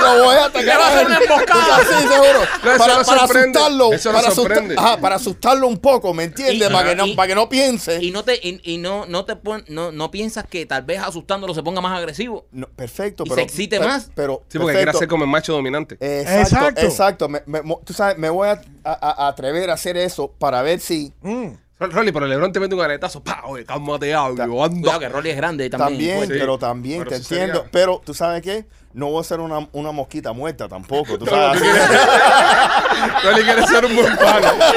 [SPEAKER 5] lo voy a
[SPEAKER 2] Le
[SPEAKER 5] atacar
[SPEAKER 2] va a
[SPEAKER 5] a
[SPEAKER 2] hacer
[SPEAKER 5] él.
[SPEAKER 2] una emboscada.
[SPEAKER 5] Sí, seguro.
[SPEAKER 1] No, eso
[SPEAKER 5] para,
[SPEAKER 1] lo
[SPEAKER 5] para
[SPEAKER 1] sorprende.
[SPEAKER 5] asustarlo.
[SPEAKER 1] Eso lo
[SPEAKER 5] para, asustar-
[SPEAKER 1] sorprende.
[SPEAKER 5] ajá, para asustarlo un poco, ¿me entiendes?
[SPEAKER 2] Y-
[SPEAKER 5] para, que no,
[SPEAKER 2] y-
[SPEAKER 5] para que no piense.
[SPEAKER 2] y no te y, y no no te pon- no, no piensas que tal vez asustándolo se ponga más agresivo
[SPEAKER 5] No, perfecto,
[SPEAKER 2] Y
[SPEAKER 5] pero.
[SPEAKER 2] se excite
[SPEAKER 5] per-
[SPEAKER 2] más.
[SPEAKER 5] Pero,
[SPEAKER 1] Sí, porque quiere
[SPEAKER 5] perfecto. Eh.
[SPEAKER 1] hacer como el macho dominante.
[SPEAKER 5] Exacto,
[SPEAKER 3] Exacto.
[SPEAKER 5] exacto. Me- me- mo- tú sabes, me voy a, a- a atrever a hacer eso para ver si
[SPEAKER 3] Mm.
[SPEAKER 1] Rol- Rolly, pero Lebron te mete un aletazo. ¡Pa! Oye, cálmate, algo,
[SPEAKER 2] cuidado
[SPEAKER 1] anda.
[SPEAKER 2] que Rolly es grande y también,
[SPEAKER 5] también,
[SPEAKER 2] fuerte.
[SPEAKER 1] Sí.
[SPEAKER 5] pero también,
[SPEAKER 1] Pero
[SPEAKER 5] te
[SPEAKER 1] eso sería-
[SPEAKER 5] entiendo. Pero tú sabes qué, no voy a ser una, una mosquita muerta tampoco.
[SPEAKER 2] *laughs*
[SPEAKER 5] Tú
[SPEAKER 1] No, no,
[SPEAKER 5] sabes,
[SPEAKER 1] tú
[SPEAKER 5] *laughs*
[SPEAKER 1] quieres- Rolly quiere ser un buen palo.
[SPEAKER 2] no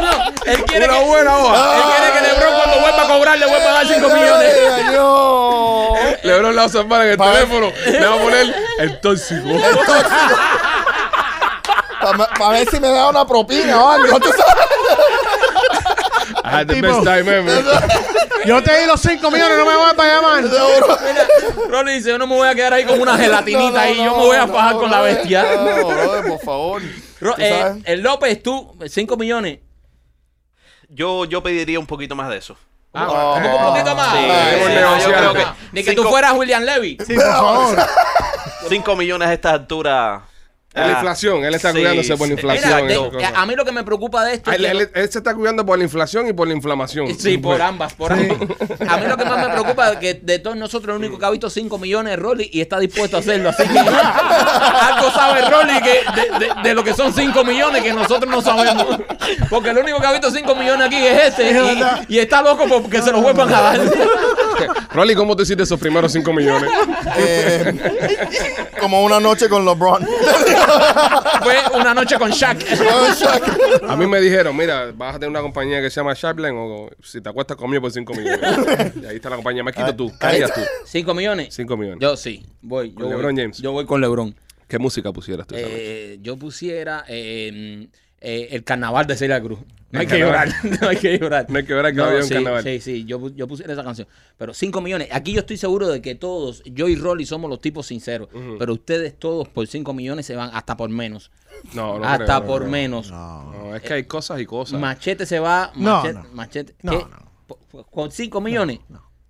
[SPEAKER 2] no él quiere
[SPEAKER 1] Una
[SPEAKER 2] que,
[SPEAKER 1] buena hoja.
[SPEAKER 2] él quiere que LeBron cuando vuelva a cobrar le vuelva a dar 5 millones
[SPEAKER 5] Ay, Dios.
[SPEAKER 1] Lebron la va a salvar en el
[SPEAKER 5] Pa' ver.
[SPEAKER 1] teléfono. Le va a poner el tóxico.
[SPEAKER 5] Para ver si me da una propina o algo. tú sabes.
[SPEAKER 1] I had the
[SPEAKER 3] Tipo.
[SPEAKER 1] best time ever.
[SPEAKER 3] Yo te di los 5 millones, no me vas a llamar.
[SPEAKER 2] Rolly dice, yo no me voy a quedar ahí con una *laughs* gelatinita ahí, yo me voy a fajar con la bestia.
[SPEAKER 5] No, brother, por favor.
[SPEAKER 2] Ro-
[SPEAKER 5] Tú
[SPEAKER 2] eh,
[SPEAKER 5] sabes.
[SPEAKER 2] el López, tú, 5 millones.
[SPEAKER 4] Yo, yo pediría un poquito más de eso.
[SPEAKER 5] Ah,
[SPEAKER 2] Un poquito más.
[SPEAKER 4] Sí,
[SPEAKER 1] sí,
[SPEAKER 2] Bueno,
[SPEAKER 1] sí,
[SPEAKER 2] yo creo
[SPEAKER 1] sí.
[SPEAKER 2] que- Ni que tú
[SPEAKER 4] Cinco-
[SPEAKER 2] fueras William Levy.
[SPEAKER 3] Sí, por favor.
[SPEAKER 4] 5 millones a estas alturas.
[SPEAKER 1] Es la
[SPEAKER 4] ah,
[SPEAKER 1] inflación, él está
[SPEAKER 4] sí,
[SPEAKER 1] cuidándose por la
[SPEAKER 4] sí.
[SPEAKER 2] Mira,
[SPEAKER 1] inflación.
[SPEAKER 2] de-
[SPEAKER 1] y esas cosas.
[SPEAKER 2] a a mí lo que me preocupa de esto es
[SPEAKER 1] Ah, Él,
[SPEAKER 2] que
[SPEAKER 1] él- él se está cuidando por la inflación y por la inflamación.
[SPEAKER 2] *laughs*
[SPEAKER 1] pues.
[SPEAKER 2] Sí, por ambas, por ambas. *laughs* A mí lo que más me preocupa es que de todos nosotros el único que ha visto 5 millones es Rolly y está dispuesto a hacerlo. Así que *laughs* algo sabe Rolly que de, de- de lo que son 5 millones que nosotros no sabemos. Porque el único que ha visto 5 millones aquí es este y, y está loco porque se lo vuelvan a dar.
[SPEAKER 1] Rolly, ¿cómo te hiciste esos primeros 5 millones?
[SPEAKER 5] Eh, como una noche
[SPEAKER 2] *laughs*
[SPEAKER 5] con LeBron.
[SPEAKER 2] Fue una noche con Shaq.
[SPEAKER 1] A mí me dijeron, mira, vas a tener una compañía que se llama Sharpline o si te acuestas conmigo por 5 millones. y ahí está la compañía. Me quito tú, caías tú.
[SPEAKER 2] 5 millones.
[SPEAKER 1] 5 millones.
[SPEAKER 2] Yo sí, voy. Yo
[SPEAKER 1] Con
[SPEAKER 2] voy,
[SPEAKER 1] LeBron James.
[SPEAKER 2] Yo voy con LeBron.
[SPEAKER 1] ¿Qué música pusieras tú? esa noche?
[SPEAKER 2] Eh, yo pusiera eh, eh, el carnaval de Celia Cruz. No hay que llorar, *laughs* no hay que llorar.
[SPEAKER 1] No hay que llorar que había un
[SPEAKER 2] sí,
[SPEAKER 1] carnaval.
[SPEAKER 2] Sí, sí, yo, pu- yo pusiera esa canción. Pero 5 millones. Aquí yo estoy seguro de que todos, yo y Rolly somos los tipos sinceros. Pero ustedes todos por 5 millones se van hasta por menos.
[SPEAKER 1] no, no
[SPEAKER 2] hasta
[SPEAKER 1] creo, no
[SPEAKER 2] por
[SPEAKER 1] creo.
[SPEAKER 2] menos.
[SPEAKER 1] No, es que hay cosas y cosas.
[SPEAKER 2] Machete se va.
[SPEAKER 3] No,
[SPEAKER 2] Machete.
[SPEAKER 3] no.
[SPEAKER 2] machete.
[SPEAKER 3] No,
[SPEAKER 2] ¿Qué?
[SPEAKER 3] no.
[SPEAKER 2] Po- po- ¿Con 5 millones?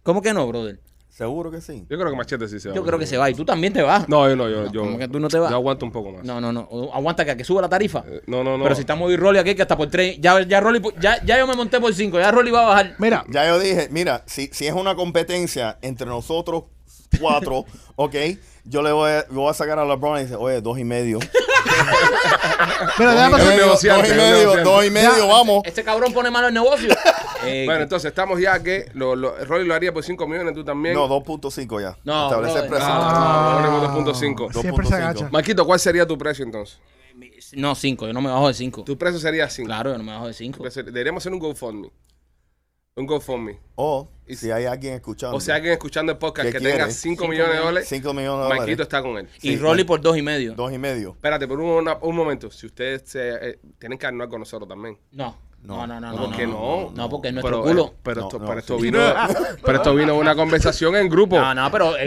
[SPEAKER 2] ¿Cómo que no, brother?
[SPEAKER 5] Seguro que sí.
[SPEAKER 1] Yo creo que Machete sí se va.
[SPEAKER 2] Yo creo que se va. Y tú también te vas.
[SPEAKER 1] No, yo no, yo. yo
[SPEAKER 2] ¿cómo que tú no te vas?
[SPEAKER 1] Yo aguanto un poco más.
[SPEAKER 2] No, no, no. O- Aguanta que, a que suba la tarifa.
[SPEAKER 1] Eh, no, no, no.
[SPEAKER 2] Pero si estamos hoy Rolly aquí, que hasta por 3. Ya, ya Rolly, pu- ya, ya yo me monté por 5. Ya Rolly va a bajar.
[SPEAKER 3] Mira,
[SPEAKER 5] Ya yo dije, mira, si, si es una competencia entre nosotros cuatro, ok, yo le voy a, voy a sacar a LeBron y dice, oye, dos y medio.
[SPEAKER 3] mira, déjame
[SPEAKER 5] Dos
[SPEAKER 1] un
[SPEAKER 5] y
[SPEAKER 3] hacer-
[SPEAKER 5] medio, dos y
[SPEAKER 1] negociante, un
[SPEAKER 5] medio,
[SPEAKER 1] negociante.
[SPEAKER 5] dos y medio,
[SPEAKER 3] Ya.
[SPEAKER 5] vamos.
[SPEAKER 2] Este cabrón pone malo el negocio.
[SPEAKER 5] *laughs*
[SPEAKER 2] Eh,
[SPEAKER 1] Bueno, entonces estamos ya que lo, lo- Rolly lo haría por 5 millones, tú también.
[SPEAKER 5] No, 2.5 ya.
[SPEAKER 2] No,
[SPEAKER 5] Establecer
[SPEAKER 2] brother.
[SPEAKER 5] precio.
[SPEAKER 1] Ah, ponemos 2.5.
[SPEAKER 3] Siempre se
[SPEAKER 5] 2.5.
[SPEAKER 3] agacha.
[SPEAKER 1] Marquito, ¿cuál sería tu precio entonces?
[SPEAKER 2] no, 5. Yo no me bajo de 5.
[SPEAKER 1] Tu precio sería 5.
[SPEAKER 2] Claro, yo no me bajo de 5.
[SPEAKER 1] Pues, Deberíamos hacer un GoFundMe. Un GoFundMe.
[SPEAKER 5] O si hay alguien escuchando.
[SPEAKER 1] O sea, alguien escuchando el podcast
[SPEAKER 5] ¿Qué
[SPEAKER 1] que
[SPEAKER 5] quiere?
[SPEAKER 1] tenga 5 millones de dólares,
[SPEAKER 5] 5 millones de
[SPEAKER 1] Marquito
[SPEAKER 5] dólares.
[SPEAKER 1] está con él.
[SPEAKER 2] Y
[SPEAKER 5] sí,
[SPEAKER 2] Rolly
[SPEAKER 5] bueno.
[SPEAKER 2] por 2 y medio.
[SPEAKER 5] Dos y medio.
[SPEAKER 1] Espérate, por un, una- un momento. Si ustedes se, eh, tienen que anuar con nosotros también.
[SPEAKER 2] No. No, no, no. no
[SPEAKER 1] ¿Por qué no?
[SPEAKER 2] No, porque es nuestro
[SPEAKER 1] Pero, eh,
[SPEAKER 2] culo.
[SPEAKER 1] pero,
[SPEAKER 5] No,
[SPEAKER 1] esto,
[SPEAKER 5] no,
[SPEAKER 1] pero
[SPEAKER 5] sí.
[SPEAKER 1] esto
[SPEAKER 5] *laughs*
[SPEAKER 1] vino, pero esto vino de una conversación en grupo.
[SPEAKER 2] No, no, pero el,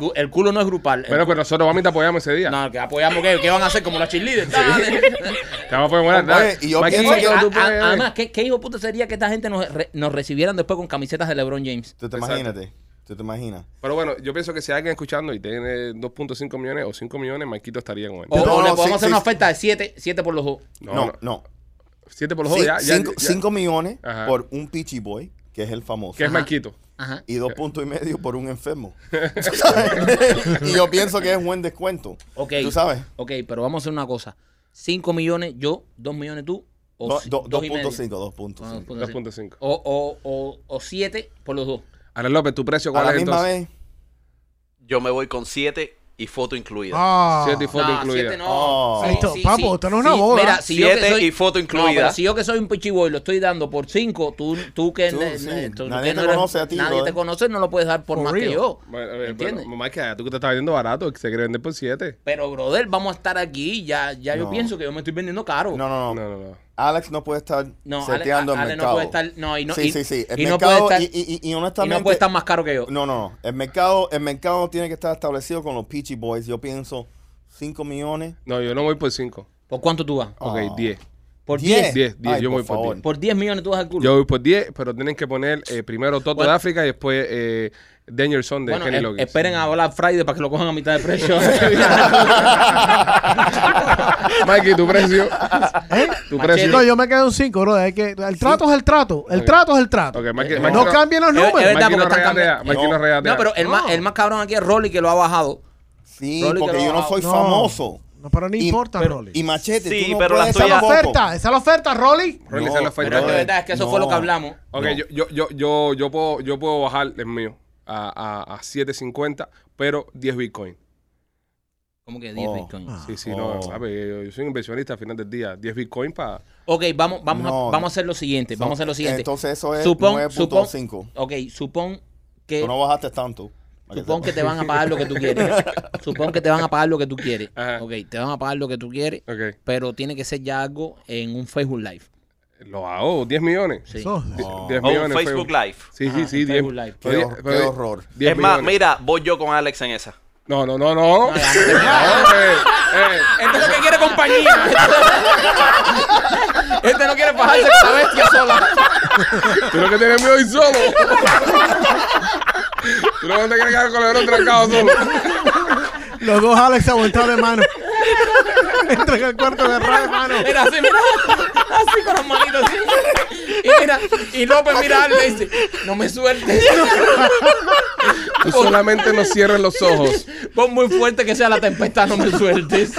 [SPEAKER 2] gru- el gu- el culo no es grupal. El
[SPEAKER 1] Bueno, pues nosotros vamos y te apoyamos ese
[SPEAKER 2] cu-
[SPEAKER 1] día.
[SPEAKER 2] no, que apoyamos que, que van a hacer como la cheerleader. Dale.
[SPEAKER 1] Te vamos a apoyar.
[SPEAKER 5] Oye,
[SPEAKER 1] dale.
[SPEAKER 5] y yo
[SPEAKER 1] Marquito,
[SPEAKER 5] pienso
[SPEAKER 2] *laughs* Oye,
[SPEAKER 5] que
[SPEAKER 1] ¿qué
[SPEAKER 2] a-
[SPEAKER 1] tú
[SPEAKER 2] a-
[SPEAKER 1] puedes-
[SPEAKER 2] además, ¿qué, qué hijo de puta sería que esta gente nos, re- nos recibieran después con camisetas de LeBron James?
[SPEAKER 5] Tú te
[SPEAKER 1] Exacto.
[SPEAKER 5] imagínate. Tú te imaginas.
[SPEAKER 1] Pero bueno, yo pienso que si hay alguien escuchando y tiene 2.5 millones o 5 millones, Marquito estaría con él.
[SPEAKER 2] O,
[SPEAKER 5] No,
[SPEAKER 2] o le
[SPEAKER 5] no,
[SPEAKER 2] podemos
[SPEAKER 5] sí,
[SPEAKER 2] hacer
[SPEAKER 5] sí,
[SPEAKER 2] una
[SPEAKER 5] sí.
[SPEAKER 2] oferta de 7 siete por los dos.
[SPEAKER 5] Oh, No, no.
[SPEAKER 1] 7 por los dos, ya. ya-
[SPEAKER 5] 5
[SPEAKER 1] ya.
[SPEAKER 5] millones
[SPEAKER 1] Ajá.
[SPEAKER 5] por un Peachy Boy, que es el famoso.
[SPEAKER 1] Que es Marquito.
[SPEAKER 2] Ajá.
[SPEAKER 5] y dos puntos y medio por
[SPEAKER 1] *laughs*
[SPEAKER 5] un enfermo. ¿Sabes? y yo pienso que es buen descuento.
[SPEAKER 2] Ok.
[SPEAKER 5] Tú sabes.
[SPEAKER 2] Ok, pero vamos a hacer una cosa. 5 millones yo, 2 millones tú. O
[SPEAKER 5] Do-
[SPEAKER 2] si-
[SPEAKER 5] do-
[SPEAKER 2] dos y medio.
[SPEAKER 5] 2.5,
[SPEAKER 2] Ah,
[SPEAKER 5] 2.5.
[SPEAKER 1] 2.5.
[SPEAKER 2] O- O o- o 7 por los dos.
[SPEAKER 1] Ahora López, ¿tu precio
[SPEAKER 5] A
[SPEAKER 1] cuál
[SPEAKER 5] la
[SPEAKER 1] es
[SPEAKER 5] misma
[SPEAKER 1] entonces?
[SPEAKER 5] vez.
[SPEAKER 4] Yo me voy con 7 y foto incluida.
[SPEAKER 3] Ah.
[SPEAKER 1] Siete y foto
[SPEAKER 2] no,
[SPEAKER 1] incluida.
[SPEAKER 2] siete no.
[SPEAKER 5] Oh.
[SPEAKER 3] Esto, papo, esto no es una boda.
[SPEAKER 2] Mira, si yo que
[SPEAKER 4] Siete
[SPEAKER 2] soy,
[SPEAKER 4] y foto incluida.
[SPEAKER 2] No, pero si yo que soy un pichiboy lo estoy dando por 5, tú, tú que,
[SPEAKER 5] Tú,
[SPEAKER 2] ne-
[SPEAKER 5] sí.
[SPEAKER 2] ne- tú
[SPEAKER 5] Nadie
[SPEAKER 2] que
[SPEAKER 5] te
[SPEAKER 2] no eres-
[SPEAKER 5] conoce a ti,
[SPEAKER 2] Nadie
[SPEAKER 5] brother.
[SPEAKER 2] te conoce, no lo puedes dar por
[SPEAKER 3] For
[SPEAKER 2] más que
[SPEAKER 3] real.
[SPEAKER 2] yo.
[SPEAKER 1] Bueno, eh,
[SPEAKER 2] ¿Entiendes?
[SPEAKER 1] bueno, mamá, que tú que te estás vendiendo barato, que se quiere vender por 7.
[SPEAKER 2] Pero, brother, vamos a estar aquí. Ya, ya yo
[SPEAKER 5] No.
[SPEAKER 2] pienso que yo me estoy vendiendo caro.
[SPEAKER 5] No,
[SPEAKER 1] No,
[SPEAKER 5] no, no.
[SPEAKER 1] no, no.
[SPEAKER 5] Alex no puede estar
[SPEAKER 2] No, Ale-
[SPEAKER 5] seteando
[SPEAKER 2] Ale
[SPEAKER 5] el
[SPEAKER 2] no
[SPEAKER 5] mercado.
[SPEAKER 2] puede estar- no, y no-
[SPEAKER 5] sí,
[SPEAKER 2] y-
[SPEAKER 5] sí, sí. El
[SPEAKER 2] y no puede
[SPEAKER 5] mercado,
[SPEAKER 2] estar-
[SPEAKER 5] y, y, y, y
[SPEAKER 2] y
[SPEAKER 5] honestamente.
[SPEAKER 2] no puede estar más caro que yo.
[SPEAKER 5] No, no, no. El mercado, el mercado tiene que estar establecido con los Peachy Boys. Yo pienso 5 millones.
[SPEAKER 1] No, yo no voy por 5.
[SPEAKER 2] ¿Por cuánto tú vas?
[SPEAKER 1] Ok,
[SPEAKER 5] Ah.
[SPEAKER 1] 10.
[SPEAKER 2] Por
[SPEAKER 5] Diez.
[SPEAKER 2] 10.
[SPEAKER 1] Diez, diez,
[SPEAKER 5] Ay,
[SPEAKER 1] yo
[SPEAKER 5] por
[SPEAKER 1] voy por
[SPEAKER 5] favor.
[SPEAKER 1] diez.
[SPEAKER 2] Por 10 millones tú vas al culo.
[SPEAKER 1] Yo voy por 10, pero tienen que poner eh, primero Toto
[SPEAKER 2] Bueno.
[SPEAKER 1] de África y después eh, Danger Son de
[SPEAKER 2] bueno,
[SPEAKER 1] Kenny
[SPEAKER 2] es-
[SPEAKER 1] Loggins.
[SPEAKER 2] esperen *laughs* a Black Friday para que lo cojan a mitad de *laughs* precio.
[SPEAKER 1] *laughs* Mikey, tu precio. Tu
[SPEAKER 2] Machete.
[SPEAKER 1] precio.
[SPEAKER 3] ¿Eh? No, yo me quedo en 5, bro. Hay que, el trato es el trato. El trato es el trato.
[SPEAKER 1] Ok, Mikey,
[SPEAKER 3] No cambien los
[SPEAKER 2] Es- es
[SPEAKER 3] números.
[SPEAKER 2] verdad,
[SPEAKER 1] Mikey
[SPEAKER 2] porque
[SPEAKER 1] no
[SPEAKER 2] están
[SPEAKER 1] regatea.
[SPEAKER 2] cambiando.
[SPEAKER 1] Mikey no
[SPEAKER 5] No,
[SPEAKER 1] regatea.
[SPEAKER 2] no, pero el, más, el más cabrón aquí es Rolly que lo ha bajado.
[SPEAKER 5] Sí,
[SPEAKER 2] Rolly,
[SPEAKER 5] porque
[SPEAKER 2] que
[SPEAKER 5] yo
[SPEAKER 2] no-
[SPEAKER 5] no soy
[SPEAKER 3] No.
[SPEAKER 5] famoso.
[SPEAKER 3] No, pero no
[SPEAKER 5] Y-
[SPEAKER 3] importa,
[SPEAKER 5] pero-
[SPEAKER 3] Rolly.
[SPEAKER 5] Y machete,
[SPEAKER 4] Sí,
[SPEAKER 5] tú no
[SPEAKER 4] pero
[SPEAKER 5] puedes
[SPEAKER 4] las
[SPEAKER 3] Esa
[SPEAKER 5] estar
[SPEAKER 3] es la
[SPEAKER 4] tuyas-
[SPEAKER 5] loco.
[SPEAKER 3] oferta, esa es la oferta, Rolly.
[SPEAKER 1] Rolly, esa es la oferta.
[SPEAKER 2] Pero eh, es que
[SPEAKER 1] brother,
[SPEAKER 2] verdad es que eso fue lo que
[SPEAKER 5] no.
[SPEAKER 2] hablamos.
[SPEAKER 1] Ok,
[SPEAKER 5] No.
[SPEAKER 1] yo, yo, yo, yo, yo, puedo, yo puedo bajar el mío a, a, a 7.50, pero 10 Bitcoin.
[SPEAKER 2] ¿Cómo que 10
[SPEAKER 5] Oh.
[SPEAKER 2] bitcoins?
[SPEAKER 1] Sí, sí,
[SPEAKER 5] Oh.
[SPEAKER 1] no. A ver, yo, yo soy un inversionista al final del día. 10 Bitcoin para.
[SPEAKER 2] Ok, vamos, vamos,
[SPEAKER 5] No.
[SPEAKER 2] a, vamos a hacer lo siguiente. vamos a hacer lo siguiente.
[SPEAKER 5] Entonces eso es
[SPEAKER 2] Supón-
[SPEAKER 5] 9.5.
[SPEAKER 2] supón- Ok, supón
[SPEAKER 5] Tú
[SPEAKER 2] que,
[SPEAKER 5] no bajaste tanto. Para
[SPEAKER 2] supón
[SPEAKER 5] sepas.
[SPEAKER 2] que te van a pagar lo que tú
[SPEAKER 5] *laughs*
[SPEAKER 2] quieres. supón que te van a pagar lo que tú quieres.
[SPEAKER 1] Ajá.
[SPEAKER 2] Ok, te van a pagar lo que tú quieres,
[SPEAKER 1] Ok.
[SPEAKER 2] pero tiene que ser ya algo en un Facebook Live.
[SPEAKER 1] Lo hago, 10 millones.
[SPEAKER 2] Sí.
[SPEAKER 3] Eso-
[SPEAKER 1] Die- 10
[SPEAKER 4] O Oh, un
[SPEAKER 1] millones. en
[SPEAKER 4] Facebook Live.
[SPEAKER 1] Sí,
[SPEAKER 2] Ajá,
[SPEAKER 1] sí, sí.
[SPEAKER 2] en
[SPEAKER 1] 10,
[SPEAKER 2] Facebook Live.
[SPEAKER 5] Qué
[SPEAKER 1] pero-
[SPEAKER 5] hor-
[SPEAKER 1] pero-
[SPEAKER 5] qué horror.
[SPEAKER 1] 10
[SPEAKER 4] es más,
[SPEAKER 1] millones.
[SPEAKER 4] mira, voy yo con Alex en esa.
[SPEAKER 1] No, no, no, *laughs* no.
[SPEAKER 2] ya.
[SPEAKER 1] No, eh, eh.
[SPEAKER 2] Este lo que quiere compañía. *laughs* este no quiere bajarse con la bestia sola.
[SPEAKER 1] Tú lo que tienes miedo es ir solo. *laughs* Tú no te quieres quedar con el otro trancado solo.
[SPEAKER 3] Los dos Alex aguantados de mano. *laughs* Entra en el cuarto agarrado de mano.
[SPEAKER 2] Mira, así, mira. Así con las manitos así. Y mira, y López mira a Alex y dice, no me sueltes.
[SPEAKER 1] Tú solamente nos cierres los ojos.
[SPEAKER 2] Pon muy fuerte que sea la tempestad, no me sueltes.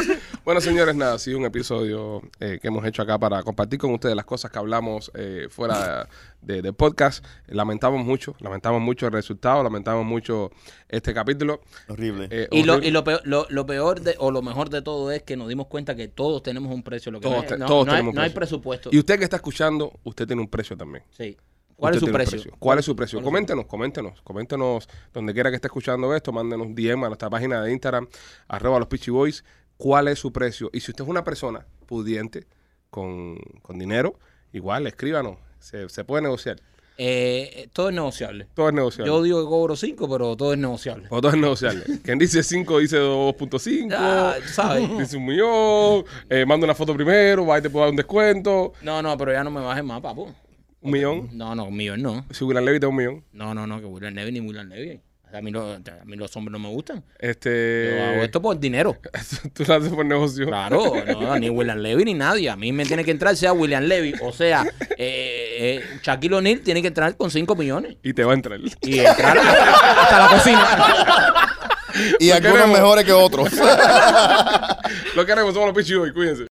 [SPEAKER 1] Bueno, señores, nada, ha sido un episodio eh, que hemos hecho acá para compartir con ustedes las cosas que hablamos eh, fuera de, del podcast. Lamentamos mucho, lamentamos mucho el resultado, lamentamos mucho este capítulo.
[SPEAKER 5] Horrible.
[SPEAKER 1] Eh,
[SPEAKER 2] Y lo,
[SPEAKER 1] horrible.
[SPEAKER 2] y lo peor, lo, lo peor de, o lo mejor de todo es que nos dimos cuenta que todos tenemos un precio. Lo que
[SPEAKER 1] Todos
[SPEAKER 2] no,
[SPEAKER 1] te-
[SPEAKER 2] no-
[SPEAKER 1] todos
[SPEAKER 2] no hay,
[SPEAKER 1] tenemos un
[SPEAKER 2] no hay
[SPEAKER 1] precio.
[SPEAKER 2] presupuesto.
[SPEAKER 1] y usted que está escuchando, usted tiene un precio también.
[SPEAKER 2] Sí. ¿Cuál es
[SPEAKER 1] Usted
[SPEAKER 2] su
[SPEAKER 1] tiene un
[SPEAKER 2] precio?
[SPEAKER 1] ¿Cuál es su precio? Coméntenos, coméntenos, coméntenos donde quiera que esté escuchando esto, mándenos DM a nuestra página de Instagram, arroba los Peachy Boys, cuál es su precio. Y si usted es una persona pudiente, con, con dinero, igual, escríbanos, se, se puede negociar.
[SPEAKER 2] Eh, eh, todo es negociable.
[SPEAKER 1] Todo es negociable.
[SPEAKER 2] Yo digo que cobro 5, pero todo es negociable.
[SPEAKER 1] O todo es
[SPEAKER 2] *laughs*
[SPEAKER 1] negociable. Quien dice 5 dice 2.5,
[SPEAKER 2] Ah,
[SPEAKER 1] *laughs*
[SPEAKER 2] ¿sabes?
[SPEAKER 1] dice un millón, eh, manda una foto primero, va y te puedo dar un descuento,
[SPEAKER 2] No, no, pero ya no me bajes más, papu.
[SPEAKER 1] un millón.
[SPEAKER 2] No, no, Miller no.
[SPEAKER 1] Si William Levy te da un millón.
[SPEAKER 2] No, no, no, que William Levy ni William Levy. A mí, lo- a mí los hombres no me gustan. Yo hago
[SPEAKER 1] Este,
[SPEAKER 2] esto por dinero.
[SPEAKER 1] *laughs* tú lo haces por negocio.
[SPEAKER 2] Claro, no, ni William Levy ni nadie. A mí me tiene que entrar, sea William Levy o sea eh, eh, Shaquille O'Neal, tiene que entrar con 5 millones.
[SPEAKER 1] Y te va a entrar.
[SPEAKER 2] Y entrar hasta la cocina.
[SPEAKER 5] Y algunos
[SPEAKER 1] queremos.
[SPEAKER 2] *laughs*
[SPEAKER 5] mejores que otros.
[SPEAKER 1] Lo queremos, somos los Peachy Boys, cuídense.